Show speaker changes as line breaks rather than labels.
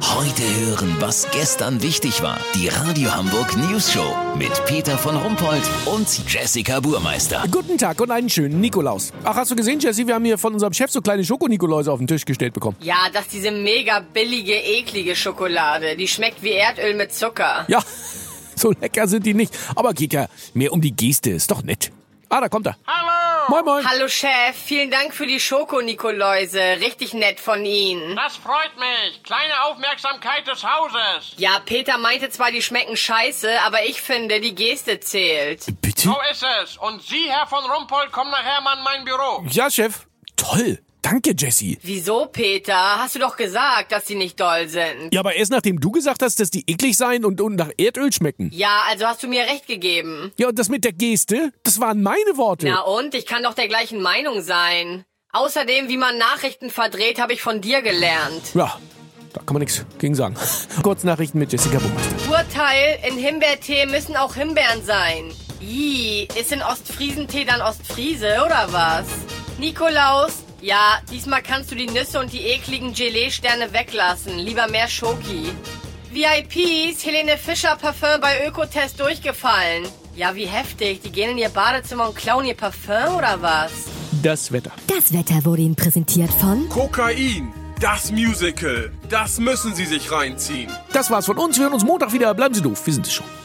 Heute hören, was gestern wichtig war. Die Radio Hamburg News Show mit Peter von Rumpold und Jessica Burmeister.
Guten Tag und einen schönen Nikolaus. Ach, hast du gesehen, Jessie, wir haben hier von unserem Chef so kleine Schokonikoläuse auf den Tisch gestellt bekommen.
Ja, das ist diese mega billige, eklige Schokolade. Die schmeckt wie Erdöl mit Zucker.
Ja, so lecker sind die nicht. Aber geht ja mehr um die Geste, ist doch nett. Ah, da kommt er.
Hallo!
Moin, moin.
Hallo Chef, vielen Dank für die Schoko-Nikoläuse. Richtig nett von Ihnen.
Das freut mich. Kleine Aufmerksamkeit des Hauses.
Ja, Peter meinte zwar, die schmecken scheiße, aber ich finde, die Geste zählt.
Bitte?
So ist es. Und Sie, Herr von Rumpold, kommen nachher mal in mein Büro.
Ja, Chef. Toll. Danke, Jessie.
Wieso, Peter? Hast du doch gesagt, dass sie nicht doll sind.
Ja, aber erst nachdem du gesagt hast, dass die eklig seien und, und nach Erdöl schmecken.
Ja, also hast du mir recht gegeben.
Ja, und das mit der Geste, das waren meine Worte.
Na und? Ich kann doch der gleichen Meinung sein. Außerdem, wie man Nachrichten verdreht, habe ich von dir gelernt.
Ja, da kann man nichts gegen sagen. Kurznachrichten mit Jessica Buchmeister.
Urteil, in Himbeertee müssen auch Himbeeren sein. Ih, ist in Ostfriesentee dann Ostfriese, oder was? Nikolaus, ja, diesmal kannst du die Nüsse und die ekligen Gelee-Sterne weglassen. Lieber mehr Schoki. VIPs, Helene Fischer Parfüm bei Ökotest durchgefallen. Ja, wie heftig. Die gehen in ihr Badezimmer und klauen ihr Parfüm, oder was?
Das Wetter.
Das Wetter wurde Ihnen präsentiert von
Kokain, das Musical, das müssen Sie sich reinziehen.
Das war's von uns. Wir hören uns Montag wieder. Bleiben Sie doof. Wir sind es schon.